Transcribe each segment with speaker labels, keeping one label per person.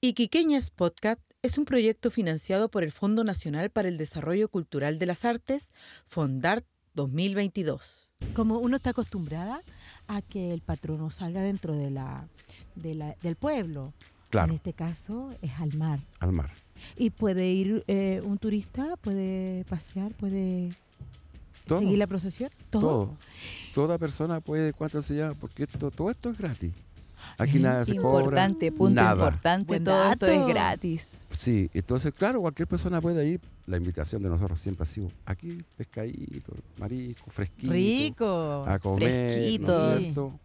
Speaker 1: Iquiqueñas Podcast es un proyecto financiado por el Fondo Nacional para el Desarrollo Cultural de las Artes, Fondart 2022.
Speaker 2: Como uno está acostumbrada a que el patrono salga dentro de la, de la- del pueblo.
Speaker 3: Claro.
Speaker 2: En este caso es al mar.
Speaker 3: al mar.
Speaker 2: Y puede ir eh, un turista, puede pasear, puede
Speaker 3: Todo.
Speaker 2: seguir la procesión. Todo.
Speaker 3: Todo. Toda persona puede, ¿cuánto se llama? Porque esto, todo esto es gratis. Aquí nada se cobra.
Speaker 4: Importante, punto
Speaker 3: nada.
Speaker 4: importante,
Speaker 2: Buen
Speaker 4: todo esto
Speaker 2: dato.
Speaker 4: es gratis.
Speaker 3: Sí, entonces, claro, cualquier persona puede ir. La invitación de nosotros siempre ha sido aquí, pescadito, marisco, fresquito.
Speaker 2: Rico.
Speaker 3: A comer, ¿no
Speaker 4: Fresquito.
Speaker 3: es cierto?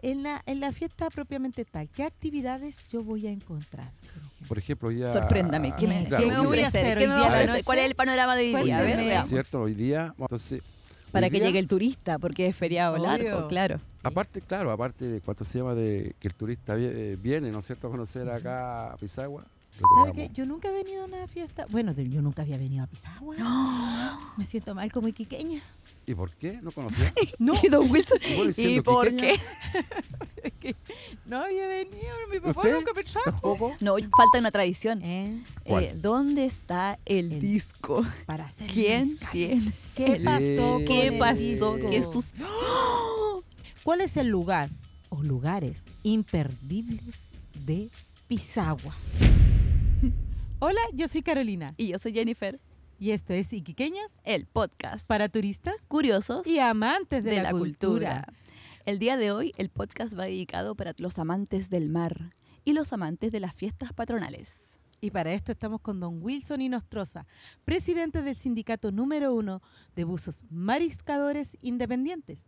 Speaker 2: En, la, en la fiesta propiamente tal, ¿qué actividades yo voy a encontrar? por ejemplo?
Speaker 3: Por ejemplo, hoy día...
Speaker 4: Sorpréndame, ¿qué me,
Speaker 2: Claro.
Speaker 4: qué me
Speaker 2: ¿Qué voy a
Speaker 4: ofrece?
Speaker 2: hacer
Speaker 4: ¿Qué
Speaker 2: hoy
Speaker 4: me
Speaker 2: día
Speaker 3: a la
Speaker 4: ofrece?
Speaker 2: noche?
Speaker 4: ¿Cuál es el panorama de hoy día? A ver,
Speaker 2: Cuéntame.
Speaker 3: ¿no es
Speaker 4: veamos.
Speaker 3: cierto? Hoy día, entonces... hoy
Speaker 4: Para que
Speaker 3: día,
Speaker 4: llegue el turista, porque es feriado
Speaker 2: Obvio.
Speaker 4: largo, claro.
Speaker 3: Aparte, claro, aparte de cuánto se llama de que el turista vie- eh, viene, ¿no es cierto?, a conocer acá a Pisagua. lo
Speaker 2: ¿Sabe qué?
Speaker 3: tengamos.
Speaker 2: Yo nunca he venido a una fiesta. Bueno, de- yo nunca había venido a Pisagua. Me siento mal como iquiqueña.
Speaker 3: ¿Y por qué? ¿No conocía?
Speaker 2: No,
Speaker 4: Y don Wilson,
Speaker 3: vos
Speaker 4: ¿y
Speaker 3: diciendo
Speaker 4: por
Speaker 3: quiqueña?
Speaker 4: qué?
Speaker 2: no había venido. Mi papá
Speaker 3: ¿Usted?
Speaker 2: nunca me trajo.
Speaker 3: ¿Tampoco?
Speaker 4: No, falta una tradición.
Speaker 2: ¿Eh?
Speaker 3: ¿Cuál?
Speaker 4: Eh, ¿Dónde está el,
Speaker 2: El-
Speaker 4: disco?
Speaker 2: Para hacer
Speaker 4: ¿Quién?
Speaker 2: mis cas-
Speaker 4: ¿Quién?
Speaker 2: ¿Qué
Speaker 3: Sí.
Speaker 2: pasó? con
Speaker 4: ¿Qué
Speaker 2: el
Speaker 4: pasó?
Speaker 2: disco?
Speaker 4: ¿Qué sus-
Speaker 2: ¿Cuál es el lugar o lugares imperdibles de Pisagua? Hola, yo soy Carolina
Speaker 4: Y yo soy Jennifer,
Speaker 2: y esto es Iquiqueñas
Speaker 4: el podcast.
Speaker 2: para turistas
Speaker 4: Curiosos
Speaker 2: y amantes de, la, cultura.
Speaker 4: El día de hoy el podcast va dedicado para los amantes del mar y los amantes de las fiestas patronales.
Speaker 2: Y para esto estamos con don Wilson Inostroza, presidente del sindicato número uno de buzos mariscadores independientes.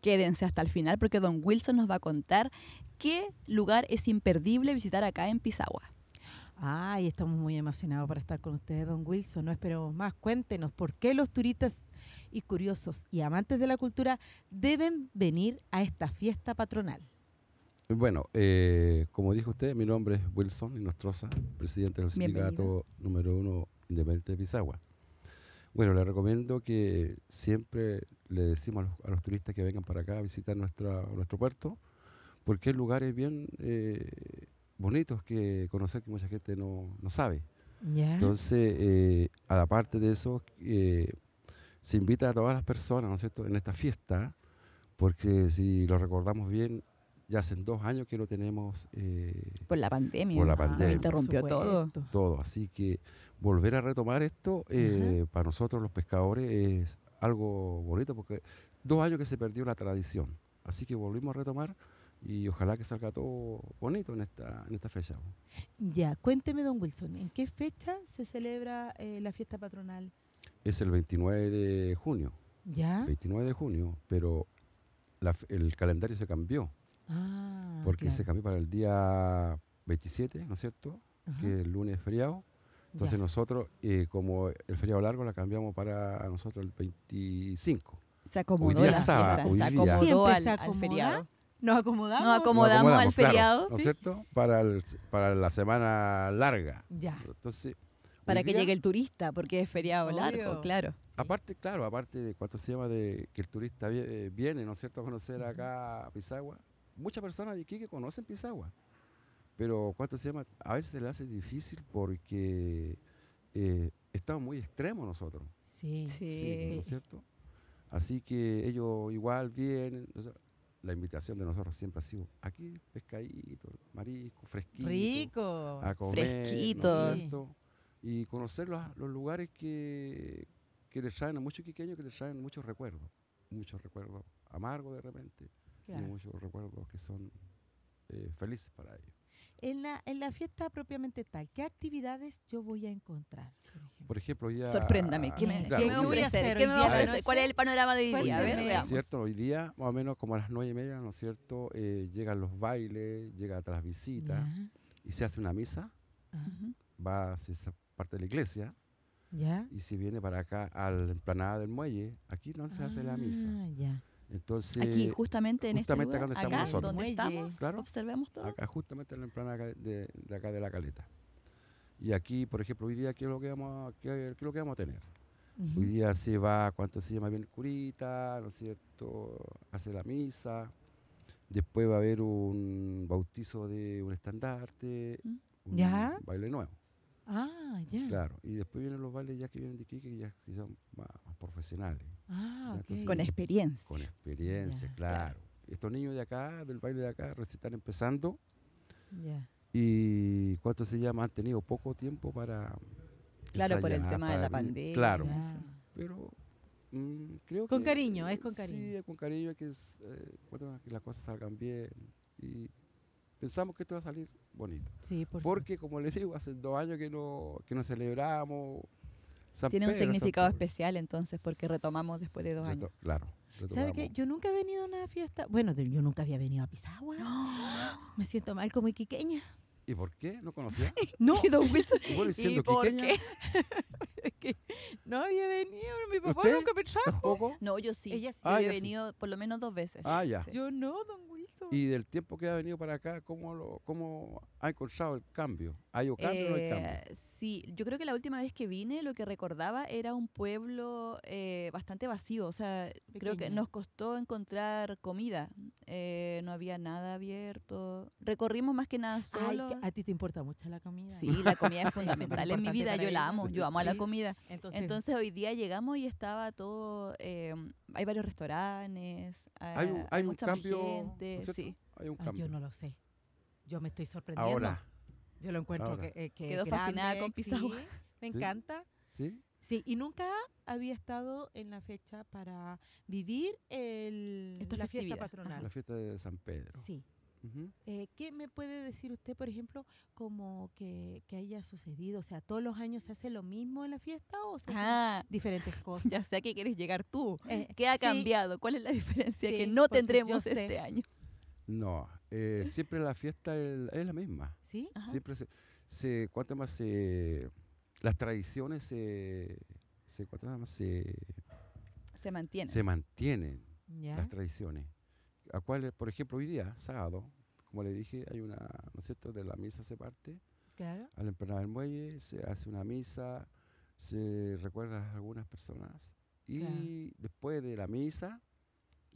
Speaker 4: Quédense hasta el final porque don Wilson nos va a contar qué lugar es imperdible visitar acá en Pisagua.
Speaker 2: Ay, estamos muy emocionados para estar con ustedes, don Wilson. No esperemos más. Cuéntenos por qué los turistas y curiosos y amantes de la cultura deben venir a esta fiesta patronal.
Speaker 3: Bueno, eh, como dijo usted, mi nombre es Wilson Inostroza, presidente del
Speaker 4: Bienvenido.
Speaker 3: sindicato número uno independiente de Pisagua. Bueno, le recomiendo que siempre le decimos a los, a los turistas que vengan para acá a visitar nuestra, nuestro puerto, porque hay lugares bien eh, bonitos que conocer que mucha gente no, no sabe.
Speaker 2: ¿Ya?
Speaker 3: Entonces, eh, aparte de eso, eh, se invita a todas las personas, ¿no es cierto?, en esta fiesta, porque si lo recordamos bien, ya hace dos años que no tenemos eh,
Speaker 4: Por la pandemia.
Speaker 3: Por la
Speaker 4: Ah,
Speaker 3: pandemia.
Speaker 4: Interrumpió todo.
Speaker 3: todo. Así que volver a retomar esto, eh, para nosotros los pescadores es algo bonito, porque dos años que se perdió la tradición. Así que volvimos a retomar y ojalá que salga todo bonito en esta, en esta fecha.
Speaker 2: Ya, cuénteme, don Wilson, ¿en qué fecha se celebra eh, la fiesta patronal?
Speaker 3: Es el 29 de junio.
Speaker 2: ¿Ya?
Speaker 3: 29 de junio, pero la f- el calendario se cambió,
Speaker 2: Ah,
Speaker 3: porque se
Speaker 2: claro.
Speaker 3: cambió para el día 27, ¿no es cierto?
Speaker 2: Ajá,
Speaker 3: Que el lunes es feriado. Entonces
Speaker 2: ya.
Speaker 3: nosotros, eh, como el feriado largo, la cambiamos para nosotros el 25.
Speaker 4: Se acomodó
Speaker 3: Hoy día
Speaker 4: la
Speaker 3: sábado,
Speaker 4: fiesta,
Speaker 3: hoy
Speaker 4: se
Speaker 3: día.
Speaker 4: acomodó
Speaker 2: Siempre
Speaker 4: al,
Speaker 2: se
Speaker 4: al
Speaker 2: acomoda.
Speaker 4: feriado.
Speaker 2: Nos acomodamos.
Speaker 4: Nos
Speaker 3: Lo
Speaker 4: acomodamos al
Speaker 3: claro,
Speaker 4: feriado.
Speaker 3: ¿No es
Speaker 4: Sí.
Speaker 3: cierto? Para, el s- para la semana larga.
Speaker 2: Ya.
Speaker 3: Entonces, hoy
Speaker 4: Para que
Speaker 3: día-
Speaker 4: llegue el turista, porque es feriado
Speaker 2: Obvio.
Speaker 4: largo, claro.
Speaker 3: Aparte, claro, aparte de cuánto se llama de que el turista vie- eh, viene, ¿no es cierto?, a conocer acá a Pisagua. Muchas personas de aquí que conocen Pisagua, pero cuánto se llama, a veces se le hace difícil porque eh, estamos muy extremos nosotros,
Speaker 2: Sí.
Speaker 3: sí, ¿no es cierto? Así que ellos igual vienen. o sea, la invitación de nosotros siempre ha sido aquí, pescadito, marisco, fresquito
Speaker 2: Rico.
Speaker 3: a comer, ¿no es
Speaker 4: Fresquito.
Speaker 2: Sí.
Speaker 3: cierto? y conocer los, los lugares que, que les traen a muchos quiqueños, que les traen muchos recuerdos, muchos recuerdos amargos de repente,
Speaker 2: Claro.
Speaker 3: y muchos recuerdos que son eh, felices para ellos.
Speaker 2: En la, en la fiesta propiamente tal, ¿qué actividades yo voy a encontrar? por ejemplo?
Speaker 3: Por ejemplo, hoy día...
Speaker 4: Sorpréndame, ¿qué me,
Speaker 3: claro,
Speaker 4: qué me
Speaker 3: hoy
Speaker 2: voy a
Speaker 3: día-
Speaker 4: ofrece?
Speaker 2: hacer
Speaker 4: ¿Qué
Speaker 2: hoy
Speaker 4: me
Speaker 2: día
Speaker 3: en la
Speaker 4: ofrece?
Speaker 2: noche?
Speaker 4: ¿Cuál es el panorama de hoy día? A
Speaker 2: Cuéntame.
Speaker 4: ver,
Speaker 3: ¿no es
Speaker 4: veamos.
Speaker 3: cierto? Hoy día, más o menos como a las nueve y media, ¿no es cierto? Eh, llegan los bailes, llega las visitas,
Speaker 2: Ya.
Speaker 3: y se hace una misa,
Speaker 2: Ah,
Speaker 4: Ujú.
Speaker 3: va hacia esa parte de la iglesia,
Speaker 2: ¿Ya?
Speaker 3: y si viene para acá, a la emplanada del muelle, aquí no se hace la misa.
Speaker 2: Ah, ya.
Speaker 3: Entonces,
Speaker 4: Aquí, justamente en
Speaker 3: Este, justamente
Speaker 4: este
Speaker 3: acá
Speaker 4: lugar,
Speaker 3: donde estamos nosotros.
Speaker 4: donde
Speaker 2: Muelle.
Speaker 4: estamos,
Speaker 3: Claro.
Speaker 4: observemos todo.
Speaker 3: acá, justamente en la plana de, de acá de la caleta. Y aquí, por ejemplo, hoy día, ¿qué es lo que vamos a, qué- qué es lo que vamos a tener? Hoy
Speaker 2: Ujú.
Speaker 3: día se va, ¿cuánto se llama? Bien el curita, ¿no es cierto? Hace la misa. Después va a haber un bautizo de un estandarte,
Speaker 4: Mm.
Speaker 3: un
Speaker 2: ¿Ya?
Speaker 3: baile nuevo.
Speaker 2: Ah, ya.
Speaker 3: Claro. Y después vienen los bailes ya que vienen de Iquique, que ya que son más, más profesionales,
Speaker 2: Ah,
Speaker 3: Ya,
Speaker 2: ok.
Speaker 3: entonces-
Speaker 4: Con experiencia.
Speaker 3: con experiencia,
Speaker 2: Ya,
Speaker 3: claro. Estos niños de acá, del baile de acá, recién están empezando
Speaker 2: Ya.
Speaker 3: y ¿cuánto se llama? Han tenido poco tiempo para...
Speaker 4: Claro, por el
Speaker 3: ensayar,
Speaker 4: tema de la
Speaker 3: para-
Speaker 4: pandemia.
Speaker 3: Claro.
Speaker 4: Ya.
Speaker 2: Sí.
Speaker 3: pero mm, creo
Speaker 2: Con
Speaker 3: que,
Speaker 2: cariño, es
Speaker 3: eh,
Speaker 2: con
Speaker 3: Sí,
Speaker 2: cariño.
Speaker 3: es con cariño, hay que, s- eh, bueno, que las cosas salgan bien. Y pensamos que esto va a salir bonito.
Speaker 2: Sí, por
Speaker 3: Porque, como les digo, hace dos años que no, que no celebramos. San
Speaker 4: Tiene un
Speaker 3: Pedro, San
Speaker 4: significado
Speaker 3: Pedro.
Speaker 4: especial entonces porque retomamos después de dos
Speaker 3: Reto-
Speaker 4: años.
Speaker 3: Claro.
Speaker 2: ¿Sabe qué?
Speaker 3: retomamos.
Speaker 2: Yo nunca he venido a una fiesta. Bueno, de- yo nunca había venido a Pisagua. Me siento mal como iquiqueña.
Speaker 3: ¿Y por qué? ¿No conocía?
Speaker 2: No,
Speaker 4: Y Don Wilson,
Speaker 3: Y bueno, y siendo
Speaker 4: ¿y por
Speaker 3: quiqueña,
Speaker 4: qué?
Speaker 2: es que no había venido. Mi papá
Speaker 3: ¿Usted?
Speaker 2: nunca me trajo.
Speaker 3: ¿Tampoco?
Speaker 4: No, yo sí.
Speaker 2: Ella sí.
Speaker 3: Ah,
Speaker 4: yo he
Speaker 3: ya sí.
Speaker 4: venido por lo menos dos veces.
Speaker 3: Ah, ya.
Speaker 4: Sí.
Speaker 2: Yo no, don Wilson.
Speaker 3: Y del tiempo que ha venido para acá, ¿cómo, lo, cómo ha encontrado el cambio? ¿Hay o cambio o no hay cambio?
Speaker 4: Eh, sí, yo creo que la última vez que vine lo que recordaba era un pueblo eh, bastante vacío, o sea, creo que
Speaker 2: Pequeño.
Speaker 4: nos costó encontrar comida, Eh, no había nada abierto, recorrimos más que nada
Speaker 2: Ay,
Speaker 4: solo.
Speaker 2: que a ti te importa mucho la comida.
Speaker 4: sí, la comida es
Speaker 2: Sí,
Speaker 4: fundamental en mi
Speaker 2: superimportante
Speaker 4: vida,
Speaker 2: para
Speaker 4: yo la
Speaker 2: ella.
Speaker 4: amo, yo amo a la
Speaker 2: Sí.
Speaker 4: comida.
Speaker 2: Entonces,
Speaker 4: Entonces hoy día llegamos y estaba todo, eh, hay varios restaurantes,
Speaker 3: Hay, un-
Speaker 4: ah,
Speaker 3: hay un
Speaker 4: mucha más
Speaker 3: cambio. ¿no
Speaker 4: gente,
Speaker 3: es cierto?
Speaker 4: sí.
Speaker 3: Hay un
Speaker 2: ah,
Speaker 3: cambio.
Speaker 2: yo no lo sé. Yo me estoy sorprendiendo.
Speaker 3: Ahora,
Speaker 2: Yo lo encuentro
Speaker 3: ahora.
Speaker 2: que, eh, que
Speaker 4: Quedó
Speaker 2: grande,
Speaker 4: fascinada con
Speaker 2: sí,
Speaker 4: Pisagua.
Speaker 2: me
Speaker 3: Sí.
Speaker 2: encanta.
Speaker 3: ¿sí?
Speaker 2: Sí, y nunca había estado en la fecha para vivir el,
Speaker 4: Esta
Speaker 2: la
Speaker 4: festividad.
Speaker 2: fiesta
Speaker 4: Ajá.
Speaker 2: patronal.
Speaker 3: La fiesta de San Pedro.
Speaker 2: Ah. Sí.
Speaker 3: Ujú.
Speaker 2: Eh, ¿Qué me puede decir usted, por ejemplo, como que, que haya sucedido? O sea, ¿todos los años se hace lo mismo en la fiesta o se hacen
Speaker 4: Ah,
Speaker 2: diferentes cosas?
Speaker 4: ya sé a qué quieres llegar tú.
Speaker 2: Eh,
Speaker 4: ¿Qué ha
Speaker 2: sí,
Speaker 4: cambiado? ¿Cuál es la diferencia que
Speaker 2: Sí,
Speaker 4: no
Speaker 2: porque yo
Speaker 4: tendremos
Speaker 2: sé.
Speaker 4: este año?
Speaker 3: No, eh, siempre la fiesta el- es la misma.
Speaker 2: ¿Sí?
Speaker 4: Ajá.
Speaker 3: Siempre se, se ¿cuánto más se, las tradiciones se, se, ¿cuánto más se,
Speaker 4: Se mantiene.
Speaker 3: se mantienen
Speaker 2: ¿Ya?
Speaker 3: las tradiciones. A cual, por ejemplo, hoy día, sábado, como le dije, hay una, ¿no es cierto? De la misa se parte,
Speaker 2: Claro.
Speaker 3: a la empanada del muelle, se hace una misa, se recuerda a algunas personas y
Speaker 2: Claro.
Speaker 3: después de la misa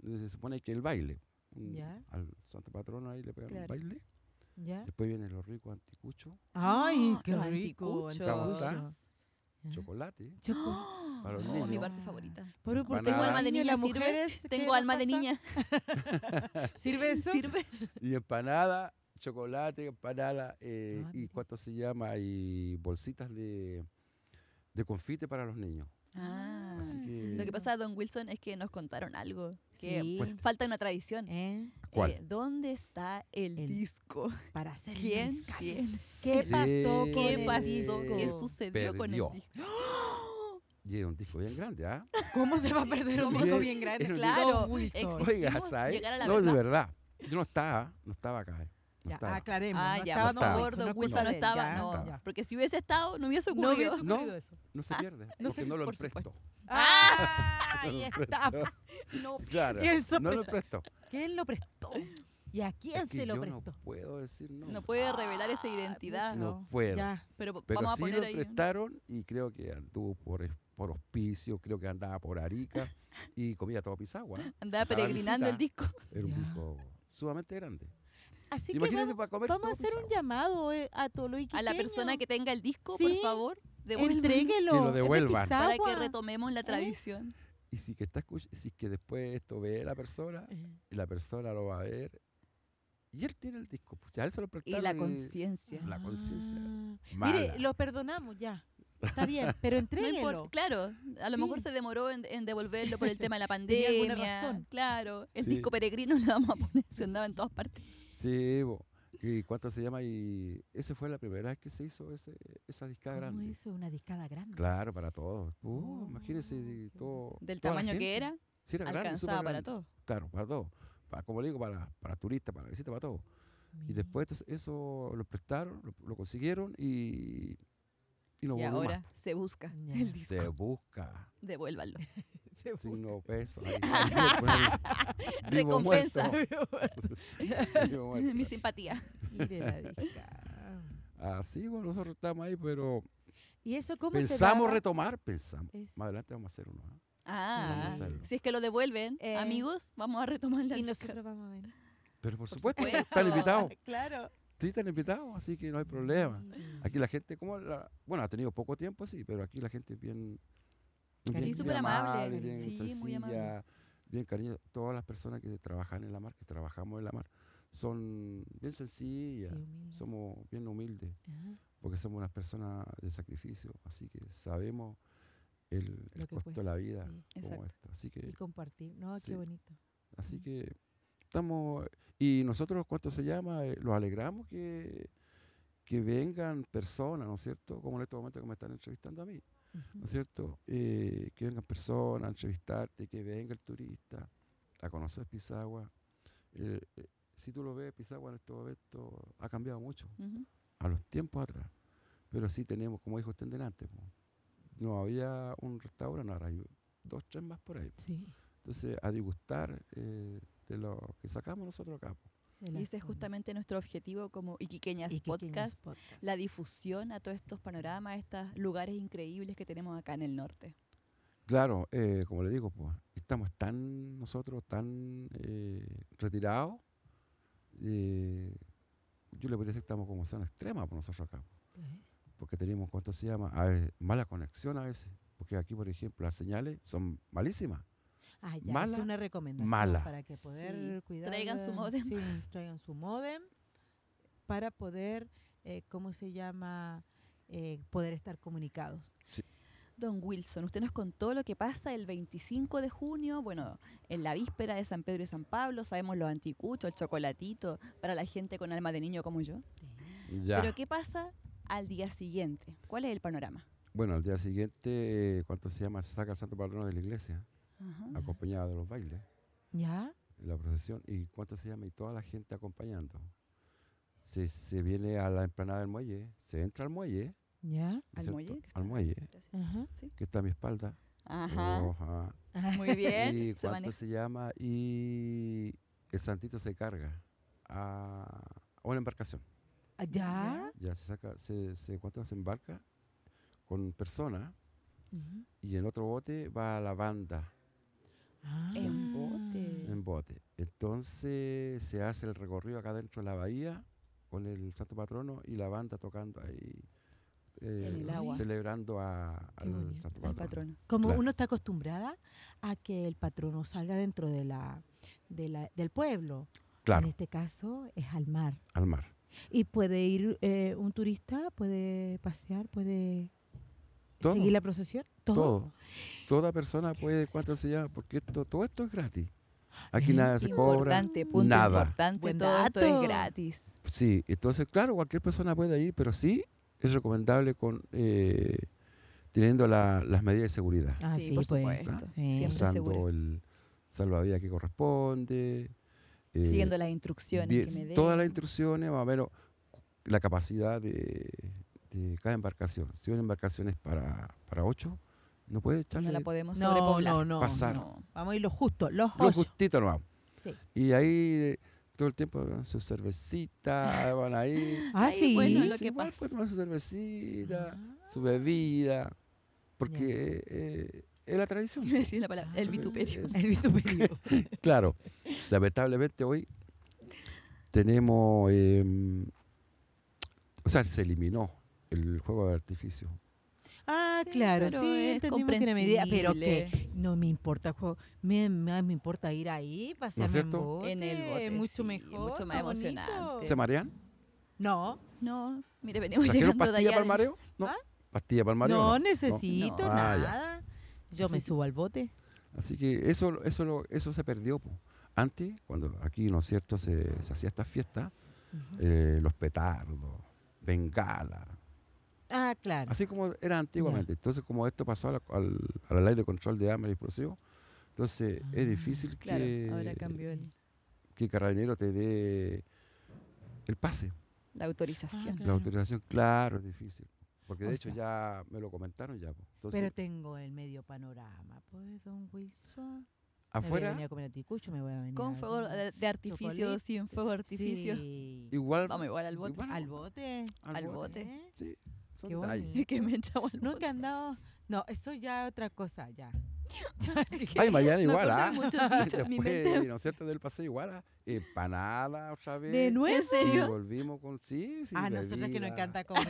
Speaker 3: eh, se supone que el baile. un-
Speaker 2: Ya.
Speaker 3: Al Santo Patrono ahí le pegan
Speaker 4: Claro.
Speaker 3: un baile.
Speaker 2: ¿Ya?
Speaker 3: Después vienen los ricos anticuchos,
Speaker 2: ¡Ay,
Speaker 4: Ah,
Speaker 2: qué
Speaker 4: los
Speaker 2: rico!
Speaker 4: anticuchos.
Speaker 2: anticucho.
Speaker 3: Cabuta.
Speaker 2: Ya.
Speaker 3: chocolate.
Speaker 2: Choco-
Speaker 3: para los
Speaker 4: Oh, mi
Speaker 3: niños.
Speaker 4: parte favorita.
Speaker 2: Pero, pero
Speaker 3: Van
Speaker 2: tengo
Speaker 3: a-
Speaker 2: alma de niña, las
Speaker 4: ¿sirve?
Speaker 2: mujeres. ¿qué
Speaker 4: Tengo
Speaker 2: nos
Speaker 4: alma de
Speaker 2: pasa?
Speaker 4: niña.
Speaker 2: ¿Sirve eso?
Speaker 4: ¿Sirve?
Speaker 3: Y empanada, chocolate, empanada, eh,
Speaker 2: Ah,
Speaker 3: y
Speaker 2: mira.
Speaker 3: cuánto se llama, y bolsitas de, de confite para los niños.
Speaker 4: Ah.
Speaker 3: Así que-
Speaker 4: Lo que pasa, don Wilson, es que nos contaron algo. Que
Speaker 2: Sí.
Speaker 4: falta una tradición.
Speaker 2: ¿Eh?
Speaker 3: ¿Cuál?
Speaker 4: Eh, ¿Dónde está el,
Speaker 2: El-
Speaker 4: disco?
Speaker 2: Para hacer
Speaker 4: ¿Quién?
Speaker 2: mezcal.
Speaker 4: ¿Quién?
Speaker 2: ¿Qué
Speaker 3: Sí.
Speaker 2: pasó con
Speaker 4: ¿Qué
Speaker 2: el
Speaker 4: pasó?
Speaker 2: disco?
Speaker 4: ¿Qué sucedió con el
Speaker 3: Perdió.
Speaker 4: disco?
Speaker 3: Y era un disco bien grande, ¿ah?
Speaker 2: ¿Cómo se va a perder un
Speaker 4: ¿Cómo?
Speaker 2: disco bien grande?
Speaker 3: Era un
Speaker 4: Claro,
Speaker 2: Don Wilson.
Speaker 4: exi-
Speaker 3: Oiga,
Speaker 4: Dijimos
Speaker 3: ¿sabes?
Speaker 4: llegar a la
Speaker 3: No, de
Speaker 4: verdad.
Speaker 3: verdad. Yo no estaba, no estaba acá. eh, No
Speaker 2: Ya,
Speaker 3: estaba.
Speaker 2: aclaremos.
Speaker 4: Ah,
Speaker 2: no
Speaker 4: ya,
Speaker 2: estaba
Speaker 4: por
Speaker 2: Don
Speaker 4: favor,
Speaker 2: Wilson,
Speaker 4: don
Speaker 2: no es
Speaker 4: Wilson
Speaker 2: cosa
Speaker 4: no
Speaker 2: de él,
Speaker 4: estaba.
Speaker 2: ya,
Speaker 4: No,
Speaker 2: ya.
Speaker 4: porque si hubiese estado, no hubiese
Speaker 2: No
Speaker 4: ocurrido.
Speaker 2: hubiese
Speaker 3: No.
Speaker 2: ocurrido eso.
Speaker 3: No se pierde,
Speaker 2: Ah, no
Speaker 3: porque
Speaker 2: se-
Speaker 3: no lo
Speaker 4: por
Speaker 3: prestó.
Speaker 2: ¡Ah! Ahí está.
Speaker 4: No,
Speaker 3: Claro,
Speaker 2: ¿Quién se
Speaker 3: no lo prestó.
Speaker 2: ¿Quién lo prestó? ¿Y a quién
Speaker 3: Es que
Speaker 2: se lo
Speaker 3: yo
Speaker 2: prestó?
Speaker 3: No puedo decir no.
Speaker 4: no puede revelar esa identidad.
Speaker 3: no
Speaker 2: ah, no,
Speaker 3: puedo.
Speaker 2: Ya.
Speaker 4: Pero,
Speaker 3: Pero
Speaker 4: vamos a
Speaker 3: sí lo
Speaker 4: poner ahí. un-
Speaker 3: prestaron y creo que anduvo por, es- por hospicio, creo que andaba por Arica y comía todo pisagua. ¿eh?
Speaker 4: Andaba
Speaker 3: Estaba
Speaker 4: peregrinando el
Speaker 3: visita.
Speaker 4: disco.
Speaker 3: Era un
Speaker 2: Ya.
Speaker 3: disco sumamente grande.
Speaker 2: Así
Speaker 3: Imagínense
Speaker 2: que
Speaker 3: para comer
Speaker 2: vamos, vamos a
Speaker 3: Pues, todo
Speaker 2: hacer un
Speaker 3: pisagua.
Speaker 2: llamado eh, a todo lo
Speaker 4: A la persona que tenga el disco,
Speaker 2: Sí.
Speaker 4: por favor, devuélvelo
Speaker 2: Entréguelo.
Speaker 3: Que
Speaker 2: es
Speaker 3: lo
Speaker 2: de
Speaker 3: devuelvan.
Speaker 4: para que
Speaker 2: Pisagua.
Speaker 4: retomemos la tradición.
Speaker 3: Y si que, está escuch- si que después esto ve la persona,
Speaker 2: Eh,
Speaker 3: y la persona lo va a ver. Y él tiene el disco. Pues ya él se lo
Speaker 4: Y
Speaker 3: prestaron.
Speaker 4: la conciencia.
Speaker 3: La conciencia.
Speaker 2: ah.
Speaker 3: Mala.
Speaker 2: Mire, lo perdonamos ya. Está bien, pero
Speaker 4: No
Speaker 2: entréguelo.
Speaker 4: importa, claro, a lo
Speaker 2: Sí.
Speaker 4: mejor se demoró en, en devolverlo por el tema de la
Speaker 2: Tenía alguna
Speaker 4: pandemia.
Speaker 2: razón.
Speaker 4: Claro, el
Speaker 3: Sí.
Speaker 4: disco peregrino lo vamos a poner, se andaba en todas partes.
Speaker 3: Sí, bo. ¿Y cuánto se llama? Y esa fue la primera vez que se hizo ese, esa disca
Speaker 2: ¿Cómo
Speaker 3: grande.
Speaker 2: hizo una discada grande?
Speaker 3: Claro, para todos. Uh,
Speaker 2: Oh,
Speaker 3: imagínense si
Speaker 2: qué
Speaker 3: todo.
Speaker 4: Del
Speaker 3: toda la
Speaker 4: tamaño que
Speaker 3: gente.
Speaker 4: era,
Speaker 3: Sí, era grande, súper
Speaker 4: alcanzaba para
Speaker 3: grande.
Speaker 4: todo.
Speaker 3: Claro, para todo. Para, como le digo, para, para turistas, para visitas, para todo. Y
Speaker 2: Mira.
Speaker 3: después entonces, eso lo prestaron, lo, lo consiguieron y, y no
Speaker 4: Y
Speaker 3: volvió
Speaker 4: ahora
Speaker 3: más.
Speaker 4: se busca
Speaker 2: Ya.
Speaker 4: el disco.
Speaker 3: Se busca.
Speaker 4: Devuélvanlo.
Speaker 2: Se
Speaker 3: Signo peso. ahí está, por el vivo
Speaker 4: Recompensa.
Speaker 3: muerto, vivo muerto.
Speaker 4: Mi simpatía.
Speaker 2: Mire la discada.
Speaker 3: Así, bueno, nosotros estamos ahí, pero
Speaker 2: ¿Y eso cómo
Speaker 3: pensamos
Speaker 2: se daba?
Speaker 3: retomar, pensamos.
Speaker 2: Es-
Speaker 3: Más adelante vamos a hacer uno. ¿ah?
Speaker 4: Ah,
Speaker 3: Devolverlo.
Speaker 4: si es que lo devuelven,
Speaker 2: Eh.
Speaker 4: amigos, vamos a retomar la
Speaker 2: Y
Speaker 4: disca.
Speaker 2: nosotros vamos a ver.
Speaker 3: Pero por,
Speaker 4: Por
Speaker 3: supuesto,
Speaker 4: supuesto.
Speaker 3: están invitados.
Speaker 2: Ah, Claro.
Speaker 3: Sí, están invitados, así que no hay problema. Aquí la gente, como la- bueno, ha tenido poco tiempo, sí, pero aquí la gente es bien.
Speaker 2: Sí,
Speaker 3: es bien-
Speaker 2: súper
Speaker 3: bien
Speaker 4: amable, cari-
Speaker 3: bien
Speaker 4: sí, muy
Speaker 3: sencilla,
Speaker 4: amable.
Speaker 3: Bien cariño. Todas las personas que trabajan en la mar, que trabajamos en la mar, son bien sencillas, somos bien humildes,
Speaker 2: Ah,
Speaker 3: porque somos unas personas de sacrificio, así que sabemos el, el
Speaker 2: Lo que
Speaker 3: costo
Speaker 2: cuesta,
Speaker 3: de la vida.
Speaker 2: sí.
Speaker 3: Como
Speaker 4: Exacto.
Speaker 3: esto. Así
Speaker 2: Y
Speaker 3: que,
Speaker 2: compartir. No,
Speaker 3: Sí.
Speaker 2: qué bonito.
Speaker 3: así que estamos. Y nosotros, ¿cuánto se llama? Eh, Los alegramos que, que vengan personas, ¿no es cierto? Como en este momento que me están entrevistando a mí, ¿no es cierto? Eh, que vengan personas a entrevistarte, que venga el turista a conocer Pisagua. Eh, eh, si tú lo ves, Pisagua en estos momentos ha cambiado mucho
Speaker 4: Ujú.
Speaker 3: a los tiempos atrás. Pero sí tenemos, como dijo usted delante, po, no había un restaurante, ahora hay dos, tres más por ahí.
Speaker 2: Sí.
Speaker 3: Entonces, a disgustar eh, de lo que sacamos nosotros acá. po.
Speaker 2: de la
Speaker 4: Y ese es
Speaker 2: zona.
Speaker 4: justamente nuestro objetivo como Iquiqueñas
Speaker 2: Y que
Speaker 4: Podcast,
Speaker 2: tienes podcast.
Speaker 4: la difusión a todos estos panoramas, estos lugares increíbles que tenemos acá en el norte.
Speaker 3: Claro, eh, como le digo, pues, estamos tan nosotros, tan eh, retirados. eh, yo le podría decir que estamos como zona extrema por nosotros acá. po,
Speaker 2: Eh,
Speaker 3: Porque tenemos, ¿cuánto se llama? A veces, mala conexión a veces. Porque aquí, por ejemplo, las señales son malísimas.
Speaker 2: Ah, ya,
Speaker 3: Mala,
Speaker 2: es una recomendación
Speaker 3: mala.
Speaker 2: para que poder
Speaker 4: Sí,
Speaker 2: cuidar.
Speaker 4: traigan su módem.
Speaker 2: Sí, traigan su modem para poder, eh, ¿cómo se llama? Eh, poder estar comunicados.
Speaker 4: Don Wilson, usted nos contó lo que pasa el 25 de junio, bueno, en la víspera de San Pedro y San Pablo, sabemos los anticuchos, el chocolatito, para la gente con alma de niño como yo.
Speaker 3: Ya.
Speaker 4: Pero ¿qué pasa al día siguiente? ¿Cuál es el panorama?
Speaker 3: Bueno, al día siguiente, eh, ¿cuánto se llama? Se saca el santo patrono de la iglesia,
Speaker 4: Ajá.
Speaker 3: acompañado de los bailes.
Speaker 2: ¿Ya?
Speaker 3: la procesión y cuánto se llama y toda la gente acompañando. Se, se viene a la emplanada del muelle, se entra al muelle, ¿no
Speaker 2: ¿Ya?
Speaker 3: es
Speaker 4: ¿Al
Speaker 3: cierto?
Speaker 4: muelle? que está?
Speaker 3: al muelle
Speaker 4: Gracias.
Speaker 2: Ajá.
Speaker 3: que está a mi espalda.
Speaker 4: Ajá.
Speaker 3: Ajá.
Speaker 4: Muy bien.
Speaker 3: Oh. Y
Speaker 4: se
Speaker 3: cuánto
Speaker 4: maneja.
Speaker 3: se llama y el santito se carga a, a una embarcación.
Speaker 2: Ah, ¿Ya?
Speaker 3: Ya se saca, se, se cuánto se embarca con personas
Speaker 2: Ujú.
Speaker 3: y el otro bote va a la banda
Speaker 2: Ah.
Speaker 4: En bote.
Speaker 3: en bote. Entonces se hace el recorrido acá dentro de la bahía con el Santo Patrono y la banda tocando ahí, eh,
Speaker 4: el agua.
Speaker 3: celebrando a, al
Speaker 2: bonito.
Speaker 3: Santo Patrono.
Speaker 4: Al patrono.
Speaker 2: Como
Speaker 3: Claro.
Speaker 2: uno está acostumbrada a que el patrono salga dentro de la, de la- del pueblo. En
Speaker 3: Claro,
Speaker 2: este caso es al mar.
Speaker 3: al mar.
Speaker 2: Y puede ir eh, un turista, puede pasear, puede
Speaker 3: Todo.
Speaker 2: seguir la procesión. Todo.
Speaker 3: Todo. Toda persona puede, ¿cuánto se llama? Porque esto, todo esto es gratis. Aquí
Speaker 2: Bien.
Speaker 3: nada se cobra.
Speaker 4: Importante, punto
Speaker 3: nada.
Speaker 4: importante.
Speaker 2: Buen
Speaker 4: todo
Speaker 2: dato.
Speaker 4: esto es gratis.
Speaker 3: Sí, entonces, claro, cualquier persona puede ir, pero sí es recomendable con eh, teniendo la- las medidas de seguridad.
Speaker 2: Ah,
Speaker 4: sí,
Speaker 2: sí,
Speaker 4: por
Speaker 2: pues.
Speaker 4: supuesto.
Speaker 2: Sí.
Speaker 4: Siempre seguro.
Speaker 3: usando el salvavidas que corresponde. eh,
Speaker 4: Siguiendo las instrucciones
Speaker 3: bien-
Speaker 4: que me den.
Speaker 3: Todas las instrucciones, más o menos la capacidad de, de cada embarcación. Si una embarcación es para, para ocho, no puede echarle
Speaker 4: No la podemos
Speaker 2: No,
Speaker 4: sobrepoblar.
Speaker 2: no, no.
Speaker 3: Pasar.
Speaker 2: no.
Speaker 4: No.
Speaker 2: Vamos a ir lo justo, los
Speaker 3: lo
Speaker 2: ocho.
Speaker 3: justito nomás.
Speaker 2: Sí.
Speaker 3: Y ahí eh, todo el tiempo van su cervecita, van ahí.
Speaker 2: Ah,
Speaker 4: Ay,
Speaker 2: sí.
Speaker 4: bueno, lo
Speaker 3: sí,
Speaker 4: que
Speaker 3: van,
Speaker 4: pasa.
Speaker 3: pues, toman su cervecita,
Speaker 2: Ah,
Speaker 3: su bebida,
Speaker 2: Ya.
Speaker 3: porque eh, es la tradición.
Speaker 4: Iba a decir la palabra, el vituperio.
Speaker 3: Es-
Speaker 2: el vituperio.
Speaker 3: Claro, lamentablemente hoy tenemos, em, o sea, se eliminó el juego de artificio.
Speaker 2: Ah,
Speaker 4: Sí,
Speaker 2: claro,
Speaker 4: pero
Speaker 2: sí,
Speaker 4: es
Speaker 2: entendimos que era medida, pero que
Speaker 4: comprensible.
Speaker 2: no me importa el juego, me, me, me importa ir ahí, pasearme en,
Speaker 3: cierto?
Speaker 2: bote,
Speaker 4: En el bote,
Speaker 2: mucho
Speaker 4: sí,
Speaker 2: mejor,
Speaker 4: mucho más
Speaker 2: está bonito.
Speaker 4: emocionante.
Speaker 3: ¿Se marean?
Speaker 2: No,
Speaker 4: No, mire, venimos
Speaker 3: ¿Trajeron
Speaker 4: pues llegando de
Speaker 3: pastilla
Speaker 4: allá.
Speaker 3: para
Speaker 4: de-
Speaker 3: el mareo? No.
Speaker 2: ¿Ah?
Speaker 3: ¿Pastilla para el mareo?
Speaker 2: no
Speaker 3: No.
Speaker 2: necesito
Speaker 4: No.
Speaker 3: Ah, ya.
Speaker 2: nada. Yo
Speaker 3: Así
Speaker 2: me
Speaker 3: que-
Speaker 2: subo al bote.
Speaker 3: Así que eso, eso, lo- eso se perdió. po. Antes, cuando aquí, ¿no es cierto?, se, se hacía esta fiesta, eh, los petardos, bengala,
Speaker 2: Ah, claro.
Speaker 3: así como era antiguamente. Entonces, como esto pasó a la, al- a la ley de control de armas y explosivos, entonces es difícil
Speaker 4: Ah, Claro,
Speaker 3: que...
Speaker 4: ahora cambió el-
Speaker 3: que Carabinero te dé el pase,
Speaker 4: la autorización.
Speaker 2: Ah,
Speaker 3: la
Speaker 2: Claro.
Speaker 3: autorización. Claro, es difícil. Porque de
Speaker 2: O
Speaker 3: hecho ya me lo comentaron ya. po. Entonces,
Speaker 2: Pero tengo el medio panorama, pues, don Wilson. Me voy a
Speaker 3: afuera
Speaker 2: venir a comer anticucho, me voy a venir
Speaker 4: Con
Speaker 2: a-
Speaker 4: fuego de, de artificio,
Speaker 2: Chocolate.
Speaker 4: sin fuego de artificio.
Speaker 2: Sí.
Speaker 3: igual
Speaker 4: Vamos igual al bote.
Speaker 3: igual,
Speaker 2: Al bote.
Speaker 3: al
Speaker 4: al
Speaker 3: bote.
Speaker 4: bote.
Speaker 2: ¿eh?
Speaker 3: Sí, son
Speaker 2: Qué
Speaker 3: detalles.
Speaker 2: bonito.
Speaker 4: que me echaba al
Speaker 2: No,
Speaker 4: bote.
Speaker 2: que han dado... No, eso ya es otra cosa, ya.
Speaker 3: Ay, mañana
Speaker 4: Me
Speaker 3: igual,
Speaker 4: acordé
Speaker 3: ¿ah?
Speaker 4: de muchos dichos, mi
Speaker 3: Después,
Speaker 4: mente-
Speaker 3: ¿no es cierto? Del paseo igual, ¿ah? empanada otra vez.
Speaker 2: ¿De nuevo?
Speaker 4: ¿En
Speaker 3: Y
Speaker 4: serio?
Speaker 3: volvimos con. Sí, sí.
Speaker 2: a nosotros que nos
Speaker 3: bebida.
Speaker 2: encanta comer.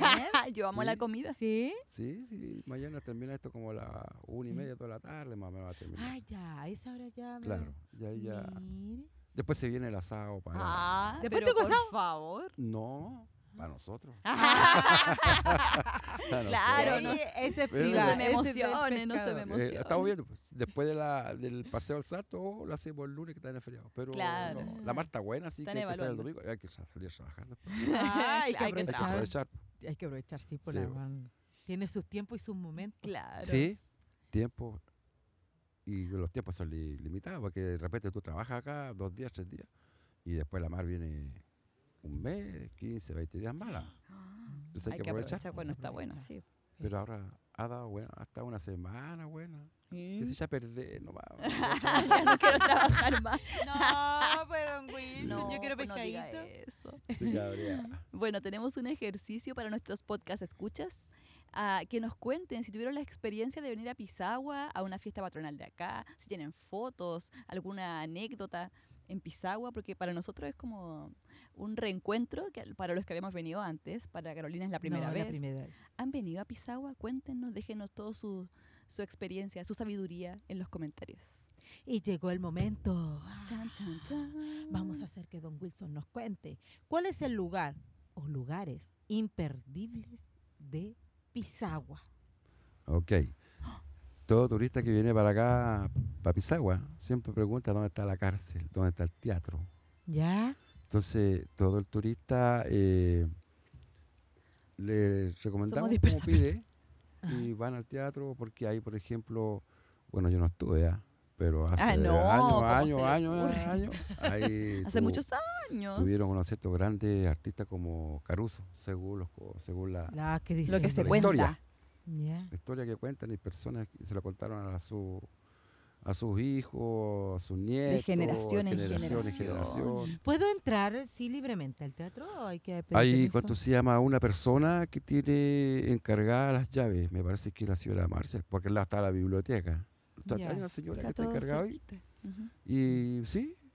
Speaker 4: Yo amo
Speaker 3: Sí.
Speaker 4: la comida.
Speaker 2: ¿Sí?
Speaker 3: Sí, sí. Mañana termina esto como a las una
Speaker 2: Mm.
Speaker 3: y media toda la tarde, más o menos va a terminar.
Speaker 2: Ah, ya, a esa hora ya. me-
Speaker 3: claro. Y ahí ya.
Speaker 2: Mire.
Speaker 3: Después se viene el asado para.
Speaker 4: Ah,
Speaker 2: Después te
Speaker 4: pero por
Speaker 2: gozamos.
Speaker 4: favor.
Speaker 3: No, para nosotros.
Speaker 4: Claro,
Speaker 2: Oye,
Speaker 4: no-
Speaker 2: ese es
Speaker 3: Pero-
Speaker 2: privado,
Speaker 3: No se me
Speaker 2: ese es del
Speaker 4: emocione, no se
Speaker 2: pescador.
Speaker 4: me
Speaker 3: Eh,
Speaker 4: emoción.
Speaker 3: estamos viendo, pues, después de la, del paseo al salto, o lo hacemos el lunes que están en feriado. Pero
Speaker 4: Claro.
Speaker 3: no, la Marta buena, sí que
Speaker 4: Están
Speaker 3: hay que hacer el
Speaker 4: evaluando.
Speaker 3: domingo. Hay que sa- salir a trabajar después.
Speaker 2: Ah, hay que
Speaker 4: Hay que
Speaker 3: Hay que
Speaker 2: aprovechar.
Speaker 3: aprovechar.
Speaker 2: Hay que aprovechar, sí, por
Speaker 3: Sí,
Speaker 2: la
Speaker 3: bueno.
Speaker 2: mano. Tiene sus tiempos y sus momentos.
Speaker 4: Claro.
Speaker 3: Sí, tiempo. Y los tiempos son li- limitados, porque de repente tú trabajas acá dos días, tres días, y después la mar viene un mes, 15, 20 días mala. Entonces hay,
Speaker 4: Hay que aprovechar cuando está bueno,
Speaker 2: Aprovechar.
Speaker 4: sí.
Speaker 3: Pero ahora ha dado buena, hasta una semana buena. Que si
Speaker 4: Mm.
Speaker 3: ya perdé, no va.
Speaker 4: no quiero trabajar más.
Speaker 2: No, pues, don Wilson,
Speaker 4: No,
Speaker 2: yo quiero
Speaker 4: pues no diga
Speaker 2: pescadito.
Speaker 4: eso.
Speaker 3: Sí, cabrea.
Speaker 4: Bueno, tenemos un ejercicio para nuestros podcast escuchas. ah, que nos cuenten si tuvieron la experiencia de venir a Pisagua a una fiesta patronal de acá, si tienen fotos, alguna anécdota en Pisagua, porque para nosotros es como un reencuentro que al- para los que habíamos venido antes, para Carolina es la primera
Speaker 2: No,
Speaker 4: vez.
Speaker 2: La primera vez.
Speaker 4: ¿Han venido a Pisagua? Cuéntenos, déjenos toda su, su experiencia, su sabiduría en los comentarios.
Speaker 2: Y llegó el momento.
Speaker 4: Chan, chan, chan.
Speaker 2: Vamos a hacer que don Wilson nos cuente cuál es el lugar o lugares imperdibles de Pisagua.
Speaker 3: Ok. Todo turista que viene para acá, para Pisagua, siempre pregunta dónde está la cárcel, dónde está el teatro.
Speaker 2: ¿Ya?
Speaker 3: Entonces, todo el turista eh, le recomendamos como
Speaker 4: dispersa,
Speaker 3: pide y van al teatro porque hay, por ejemplo, bueno, yo no estuve, ¿ah? pero hace
Speaker 4: no, ¿cómo
Speaker 3: años,
Speaker 4: se
Speaker 3: años,
Speaker 4: le
Speaker 3: años,
Speaker 4: ocurre?
Speaker 3: años, ahí
Speaker 4: Hace
Speaker 3: tuvo-
Speaker 4: muchos años.
Speaker 3: tuvieron unos ciertos grandes artistas como Caruso, según, los co- según la,
Speaker 2: La que dice.
Speaker 4: Lo que se
Speaker 3: la
Speaker 4: cuenta.
Speaker 3: historia.
Speaker 2: Ya.
Speaker 3: la historia que cuentan y personas que se la contaron a su a sus hijos, a sus nietos,
Speaker 4: generación en
Speaker 3: generación, en
Speaker 4: generación.
Speaker 3: generación.
Speaker 2: ¿Puedo entrar, sí, libremente al teatro o hay que pedir
Speaker 3: Hay,
Speaker 2: permiso?
Speaker 3: ¿cuánto se llama? Una persona que tiene encargada las llaves, me parece que es la señora Marcel, porque al lado está la biblioteca. Entonces,
Speaker 2: Ya,
Speaker 3: hay una señora
Speaker 4: Está
Speaker 3: que está
Speaker 4: todo Mm.
Speaker 3: encargada ahí.
Speaker 4: cerquita. Ujú.
Speaker 3: Y sí,
Speaker 4: Ah,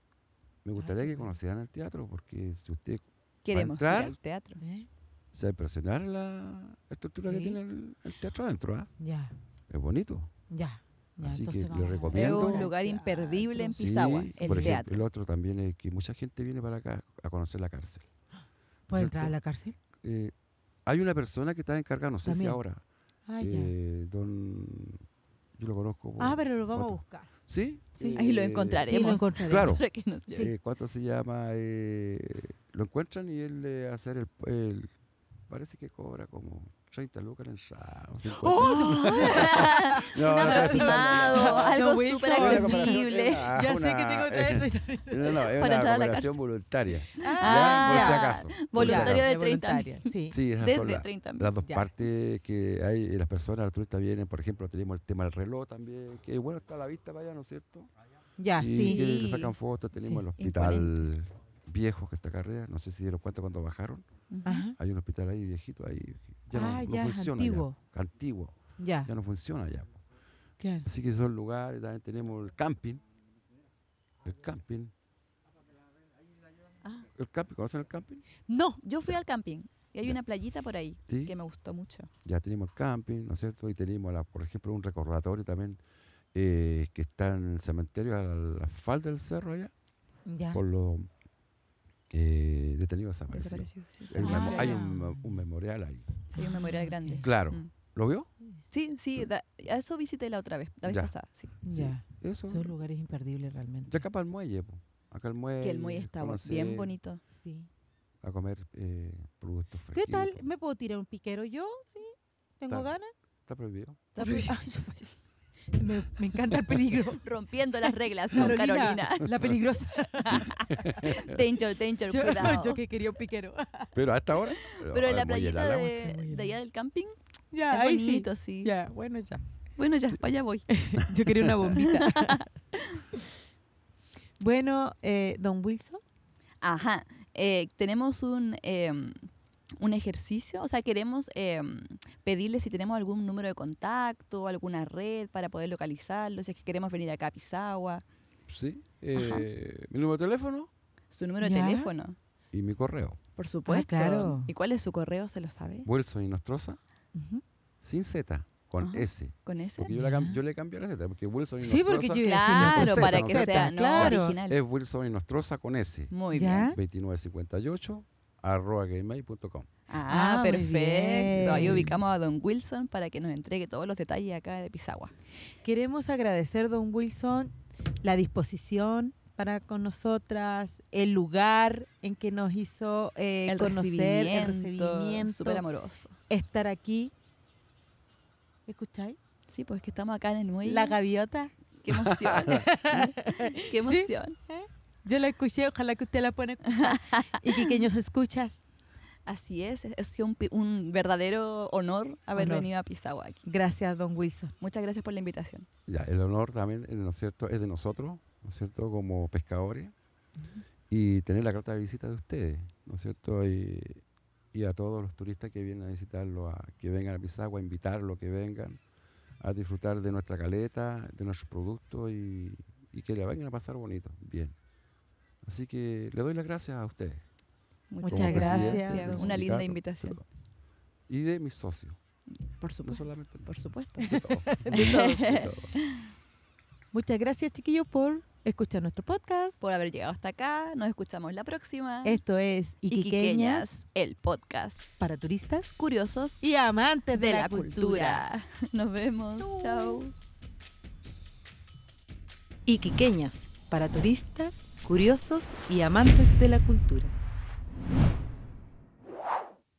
Speaker 3: me gustaría
Speaker 2: qué
Speaker 3: que
Speaker 2: bueno.
Speaker 3: conocieran el teatro, porque si usted
Speaker 4: Queremos ir
Speaker 3: entrar?
Speaker 4: al teatro.
Speaker 2: ¿Eh?
Speaker 3: se va a impresionar la estructura que
Speaker 2: Sí.
Speaker 3: tiene el, el teatro adentro, ¿ah?
Speaker 2: Ya,
Speaker 3: es bonito.
Speaker 2: ya. ya,
Speaker 3: Así que
Speaker 2: entonces
Speaker 3: le
Speaker 2: vamos a-
Speaker 3: recomiendo-
Speaker 4: Es un lugar imperdible en
Speaker 2: Sí.
Speaker 4: Pisagua,
Speaker 3: Sí,
Speaker 4: el
Speaker 3: por ejemplo,
Speaker 4: teatro.
Speaker 3: el otro también es que mucha gente viene para acá a conocer la cárcel.
Speaker 2: ¿Puedo entrar a
Speaker 3: ¿cierto?
Speaker 2: la cárcel?
Speaker 3: Eh, hay una persona que está encargada, no sé
Speaker 2: También.
Speaker 3: si ahora,
Speaker 2: Ah, ya.
Speaker 3: eh, don, yo lo conozco. por-
Speaker 2: Ah, pero lo vamos a
Speaker 3: otro.
Speaker 2: buscar.
Speaker 3: ¿Sí?
Speaker 2: Sí.
Speaker 4: Ahí lo
Speaker 3: Eh,
Speaker 2: Sí, lo
Speaker 4: encontraremos.
Speaker 2: encontraré.
Speaker 3: Claro.
Speaker 4: para que nos lleve.
Speaker 3: Eh, ¿Cuánto se llama? Eh, lo encuentran y él le hace el, el- Parece que cobra como 30 lucas en entrada. o 50. No,
Speaker 4: Un
Speaker 3: no, no,
Speaker 4: aproximado,
Speaker 3: no, no, no.
Speaker 4: algo
Speaker 2: No, Wilson.
Speaker 4: súper
Speaker 3: Una comparación,
Speaker 4: accesible.
Speaker 2: ya sé
Speaker 3: una-
Speaker 2: que
Speaker 3: Ah, una- eh,
Speaker 2: tengo que traer.
Speaker 3: No, no, es
Speaker 4: Para
Speaker 3: una
Speaker 4: entrar a la
Speaker 3: cooperación voluntaria.
Speaker 4: Ah,
Speaker 3: ¿ya? Por si
Speaker 4: ya.
Speaker 3: acaso. por si
Speaker 4: Voluntario
Speaker 3: acaso.
Speaker 4: de 30
Speaker 2: voluntaria, Sí.
Speaker 3: Sí, esas son
Speaker 4: Desde
Speaker 3: las,
Speaker 4: 30 mil.
Speaker 3: las dos
Speaker 2: Ya.
Speaker 3: partes que hay, y las personas, los turistas vienen, por ejemplo, tenemos el tema del reloj también, que bueno, está a la vista para allá, ¿no es cierto?
Speaker 2: Ya, Ah,
Speaker 3: y
Speaker 2: sí.
Speaker 3: que le
Speaker 4: Sí.
Speaker 3: sacan fotos, tenemos
Speaker 2: Sí,
Speaker 3: el hospital viejo que está acá arriba, no sé si dieron cuenta cuando bajaron,
Speaker 2: Ajá.
Speaker 3: hay un hospital ahí viejito, ahí que ya no,
Speaker 2: Ah,
Speaker 3: no
Speaker 2: ya, es
Speaker 3: funciona. ya,
Speaker 2: antiguo. Ah.
Speaker 3: antiguo,
Speaker 2: Ya,
Speaker 3: ya no funciona ya. po.
Speaker 2: claro.
Speaker 3: Así que son lugares, también tenemos el camping, el camping.
Speaker 4: Ah.
Speaker 3: ¿El camping? ¿Conocen el camping?
Speaker 2: No,
Speaker 4: Yo fui al camping y hay
Speaker 3: Ya.
Speaker 4: una playita por ahí
Speaker 3: Sí.
Speaker 4: que me gustó mucho.
Speaker 3: ya tenemos el camping, ¿no es cierto? Y tenemos, la, por ejemplo, un recordatorio también eh, que está en el cementerio a la, la falda del cerro allá,
Speaker 2: ya.
Speaker 3: por los eh, detenidos desaparecidos.
Speaker 4: Desaparecido. Sí.
Speaker 3: Hay, un memo-
Speaker 2: Ah,
Speaker 3: hay
Speaker 2: ya.
Speaker 3: un, me- un memorial ahí.
Speaker 4: Sí, hay un memorial grande.
Speaker 3: Claro.
Speaker 4: Mm.
Speaker 3: ¿Lo vio?
Speaker 4: Sí, sí, da- a eso visité la otra vez, la vez
Speaker 3: Ya.
Speaker 4: pasada. Sí.
Speaker 3: Sí,
Speaker 2: Ya.
Speaker 3: Eso.
Speaker 2: Son lugares imperdibles realmente.
Speaker 3: Ya acá para el muelle, po. acá el muelle.
Speaker 4: Que el muelle está bu- bien
Speaker 3: conocer,
Speaker 4: bonito.
Speaker 2: Sí.
Speaker 3: A comer eh, productos
Speaker 2: ¿Qué
Speaker 3: frescos.
Speaker 2: tal? ¿Me puedo tirar un piquero yo? ¿Sí? ¿Tengo
Speaker 3: Está-
Speaker 2: ganas?
Speaker 3: Está prohibido.
Speaker 2: Está prohibido. me, me encanta el peligro.
Speaker 4: Rompiendo las reglas con Carolina.
Speaker 2: La peligrosa.
Speaker 4: Danger, danger,
Speaker 2: yo,
Speaker 4: cuidado.
Speaker 2: yo que quería un piquero.
Speaker 3: Pero hasta ahora.
Speaker 4: Pero en
Speaker 3: eh, el
Speaker 4: la
Speaker 3: muelle
Speaker 4: playita
Speaker 3: Lalagüe.
Speaker 4: de,
Speaker 2: muy
Speaker 4: de allá del camping
Speaker 2: ya,
Speaker 4: es bonito, sí.
Speaker 2: Ya, bueno, ya.
Speaker 4: Bueno, ya, para allá voy.
Speaker 2: Yo quería una bombita. bueno, eh, don Wilson.
Speaker 4: Ajá. Eh, tenemos un, eh, un ejercicio? O sea, queremos eh, pedirles si tenemos algún número de contacto, alguna red para poder localizarlos, si es que queremos venir acá a Pisagua,
Speaker 3: Sí, eh, mi número de teléfono
Speaker 4: su número de
Speaker 2: Ya. Ah,
Speaker 4: teléfono,
Speaker 3: y mi correo.
Speaker 4: por supuesto.
Speaker 2: claro.
Speaker 4: ¿Y cuál es su correo? ¿Se lo sabe?
Speaker 3: Wilson y Nostroza,
Speaker 2: Ujú.
Speaker 3: sin Z, con
Speaker 4: Ajá.
Speaker 3: S.
Speaker 4: ¿Con ese?
Speaker 3: Porque yo, la cam- yo le cambié la Z, porque Wilson y
Speaker 2: Sí, porque
Speaker 3: Nostroza
Speaker 2: yo iba a
Speaker 4: Claro,
Speaker 2: decir
Speaker 3: con
Speaker 2: la
Speaker 4: para
Speaker 3: Z,
Speaker 4: que
Speaker 3: con
Speaker 4: sea
Speaker 2: Z,
Speaker 4: no,
Speaker 2: claro. Eh,
Speaker 4: original.
Speaker 3: es Wilson y Nostroza con S.
Speaker 4: Muy
Speaker 2: ¿Ya?
Speaker 4: bien.
Speaker 3: 2958 arroba gmail.com.
Speaker 4: Ah,
Speaker 2: Ah, muy
Speaker 4: perfecto. Ahí
Speaker 2: bien.
Speaker 4: ubicamos a Don Wilson para que nos entregue todos los detalles acá de Pisagua.
Speaker 2: Queremos agradecer, don Wilson, la disposición para con nosotras, el lugar en que nos hizo eh, conocer, el recibimiento,
Speaker 4: súper amoroso.
Speaker 2: estar aquí. ¿Escucháis?
Speaker 4: Sí, pues que estamos acá en el muelle.
Speaker 2: La gaviota.
Speaker 4: Qué emoción. Qué emoción.
Speaker 2: Yo la escuché, ojalá que usted la pueda escuchar. y quiqueños, escuchas.
Speaker 4: Así es, ha sido un, pi- un verdadero honor haber
Speaker 2: Honor.
Speaker 4: venido a Pisagua aquí.
Speaker 2: Gracias, don Wilson.
Speaker 4: Muchas gracias por la invitación.
Speaker 3: Ya, el honor también, eh, ¿no es cierto?, es de nosotros, ¿no es cierto?, como pescadores, y tener la carta de visita de ustedes, ¿no es cierto?, y, y a todos los turistas que vienen a visitarlo, a, que vengan a Pisagua, invitarlo, que vengan a disfrutar de nuestra caleta, de nuestros productos y, y que la vengan a pasar bonito, bien. Así que le doy las gracias a ustedes.
Speaker 2: Muchas
Speaker 3: como
Speaker 2: gracias.
Speaker 3: presidente del
Speaker 4: Una linda
Speaker 3: sindicato,
Speaker 4: invitación.
Speaker 3: todo. Y de mis socios,
Speaker 4: Por
Speaker 3: no
Speaker 4: supuesto.
Speaker 3: solamente
Speaker 4: Por supuesto.
Speaker 3: de todos, de todos, de todos.
Speaker 2: Muchas gracias, chiquillos, por escuchar nuestro podcast.
Speaker 4: Por haber llegado hasta acá. Nos escuchamos la próxima.
Speaker 2: Esto es Ah. Iquiqueñas
Speaker 4: Iquiqueñas, el podcast.
Speaker 2: para turistas
Speaker 4: Curiosos
Speaker 2: y amantes de,
Speaker 4: de
Speaker 2: la,
Speaker 4: la
Speaker 2: cultura.
Speaker 4: cultura. Nos vemos.
Speaker 2: Chau.
Speaker 4: Chao.
Speaker 2: Iquiqueñas, para turistas, curiosos y amantes de la cultura.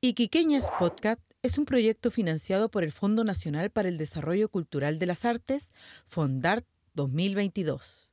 Speaker 1: Iquiqueñas Podcast es un proyecto financiado por el Fondo Nacional para el Desarrollo Cultural de las Artes, Fondart 2022.